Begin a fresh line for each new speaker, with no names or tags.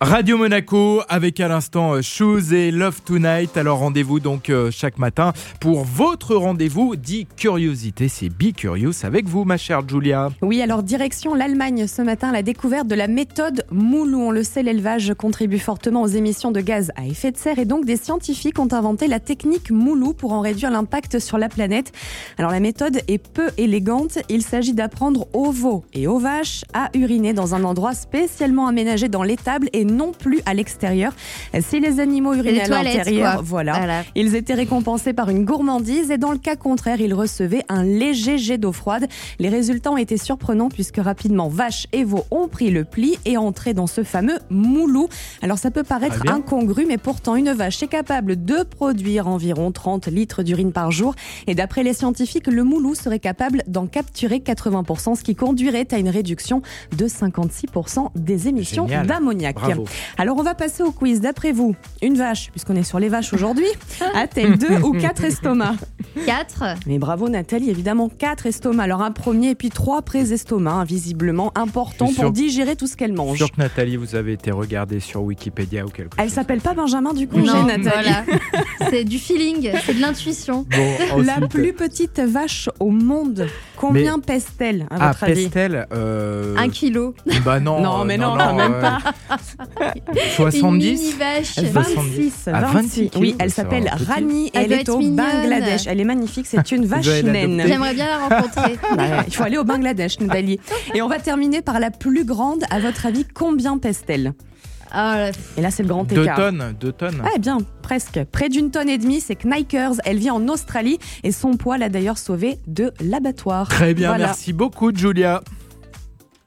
Radio Monaco avec à l'instant euh, Shoes et Love Tonight. Alors rendez-vous donc euh, chaque matin pour votre rendez-vous dit curiosité. C'est Bicurious avec vous, ma chère Julia.
Oui, alors direction l'Allemagne ce matin, la découverte de la méthode Moulou. On le sait, l'élevage contribue fortement aux émissions de gaz à effet de serre et donc des scientifiques ont inventé la technique Moulou pour en réduire l'impact sur la planète. Alors la méthode est peu élégante. Il s'agit d'apprendre aux veaux et aux vaches à uriner dans un endroit spécialement aménagé dans l'étable et non plus à l'extérieur. Si les animaux urinaient
Les
à
toilettes,
l'intérieur,
quoi. Ah
voilà,
Voilà.
ils étaient récompensés par une gourmandise et dans le cas contraire, ils recevaient un léger jet d'eau froide. Les résultats ont été surprenants puisque rapidement vaches et veaux ont pris le pli et entré dans ce fameux moulou. Alors ça peut paraître
Ah bien.
incongru, mais pourtant une vache est capable de produire environ 30 litres d'urine par jour. Et d'après les scientifiques, le moulou serait capable d'en capturer 80%, ce qui conduirait à une réduction de 56% des émissions
Génial.
d'ammoniac.
Bravo.
Alors on va passer au quiz. D'après vous, une vache, puisqu'on est sur les vaches aujourd'hui, a-t-elle deux ou quatre estomacs
4.
Mais bravo Nathalie, évidemment quatre estomacs. Alors un premier et puis trois pré-estomacs, hein, visiblement importants
Je suis
pour
sûr-
digérer tout ce qu'elle
Je suis
mange.
sûr que Nathalie, vous avez été regardée sur Wikipédia ou quelque
Elle
chose.
s'appelle pas Benjamin Ducongé,
Non,
Nathalie.
voilà. C'est du feeling, c'est de l'intuition.
Bon,
La
ensuite-
plus petite vache au monde, combien pèse-t-elle à
Ah,
votre avis
Pestel euh,
Un kilo.
Bah non.
Non,
euh,
mais non, quand même
euh,
pas.
70
Une mini vache.
Elle va-
26,
26. Ah, 26
Oui,
kilos,
elle
ça va,
s'appelle
petite.
Rani,
Elle
elle,
doit
est
être
au
mignonne.
Bangladesh. Elle est magnifique, c'est une vache
vais l'adopter.
naine.
J'aimerais bien la rencontrer. Oh,
Bah, il faut aller au Bangladesh, Nathalie. Et on va terminer par la plus grande. À votre avis, combien pèse-t-elle
Ah, la
Et là, c'est le grand
Deux
écart.
tonnes, deux tonnes.
Ouais, bien, presque. Près d'une tonne et demie, c'est Knikers. Elle vit en Australie et son poids l'a d'ailleurs sauvée de l'abattoir.
Très bien,
Voilà.
merci beaucoup, Julia.